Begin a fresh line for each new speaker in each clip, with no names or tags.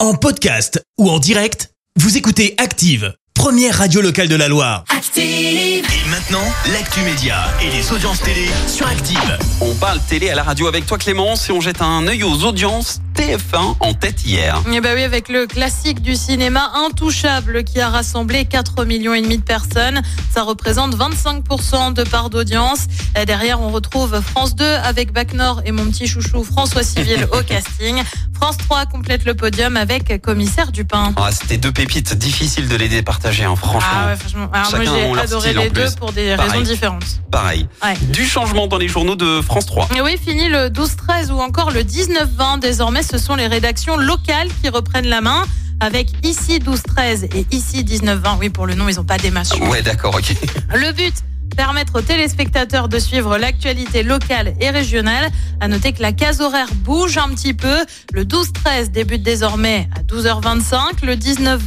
En podcast ou en direct, vous écoutez Active, première radio locale de la Loire.
Active,
Et maintenant, l'actu média et les audiences télé sur Active.
On parle télé à la radio avec toi Clémence et on jette un œil aux audiences TF1 en tête hier.
Eh ben oui, avec le classique du cinéma Intouchable qui a rassemblé 4 millions et demi de personnes, ça représente 25% de part d'audience. Euh, Derrière, on retrouve France 2 avec Bac Nord et mon petit chouchou François Civil au casting. France 3 complète le podium avec Commissaire Dupin.
Ah, c'était deux pépites, difficile de les départager hein, franchement.
Ah ouais, franchement. Alors moi,
Chacun ont
j'ai
leur
adoré
style, en
les deux
plus.
pour des
Pareil.
raisons différentes.
Pareil.
Ouais.
Du changement dans les journaux de France 3.
Et oui, fini le 12-13 ou encore le 19-20. Désormais, ce sont les rédactions locales qui reprennent la main avec ici 12-13 et ici 19-20. Oui, pour le nom, ils n'ont pas des matchs.
Ouais d'accord, ok.
Le but permettre aux téléspectateurs de suivre l'actualité locale et régionale. À noter que la case horaire bouge un petit peu. Le 12-13 débute désormais à 12h25, le 19-20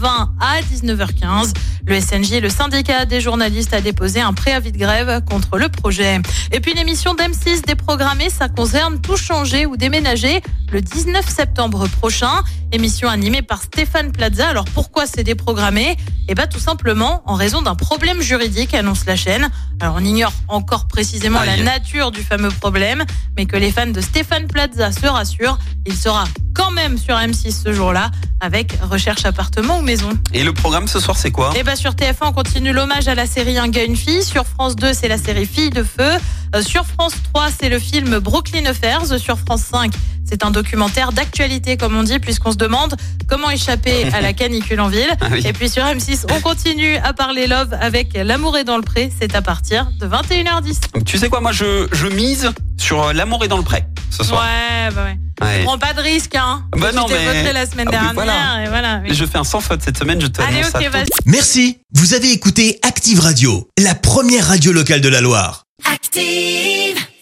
à 19h15. Le SNJ, le syndicat des journalistes, a déposé un préavis de grève contre le projet. Et puis l'émission d'M6 déprogrammée, ça concerne tout changer ou déménager le 19 septembre prochain. Émission animée par Stéphane Plaza. Alors pourquoi c'est déprogrammé Eh bien tout simplement en raison d'un problème juridique, annonce la chaîne. Alors on ignore encore précisément
Aïe.
la nature du fameux problème, mais que les fans de Stéphane Plaza se rassurent, il sera quand même sur M6 ce jour-là avec recherche appartement ou maison.
Et le programme ce soir c'est quoi
Et bah sur TF1, on continue l'hommage à la série Un gars, une fille. Sur France 2, c'est la série Fille de feu. Euh, sur France 3, c'est le film Brooklyn Affairs. Sur France 5, c'est un documentaire d'actualité, comme on dit, puisqu'on se demande comment échapper à la canicule en ville.
Ah oui.
Et puis sur M6, on continue à parler love avec L'amour est dans le pré. C'est à partir de 21h10.
Tu sais quoi, moi je, je mise sur euh, L'amour est dans le prêt ce soir.
Ouais, bah ouais.
Ouais.
Prends pas de risque, hein.
Bah
Tu
non,
t'es
mais-
voté la semaine
Ah oui,
dernière.
voilà.
Et voilà.
Et Je fais un sans faute cette semaine, je te
Allez,
annonce ça
ok,
tout de
vas-y.
Merci, vous avez écouté Active Radio, la première radio locale de la Loire.
active.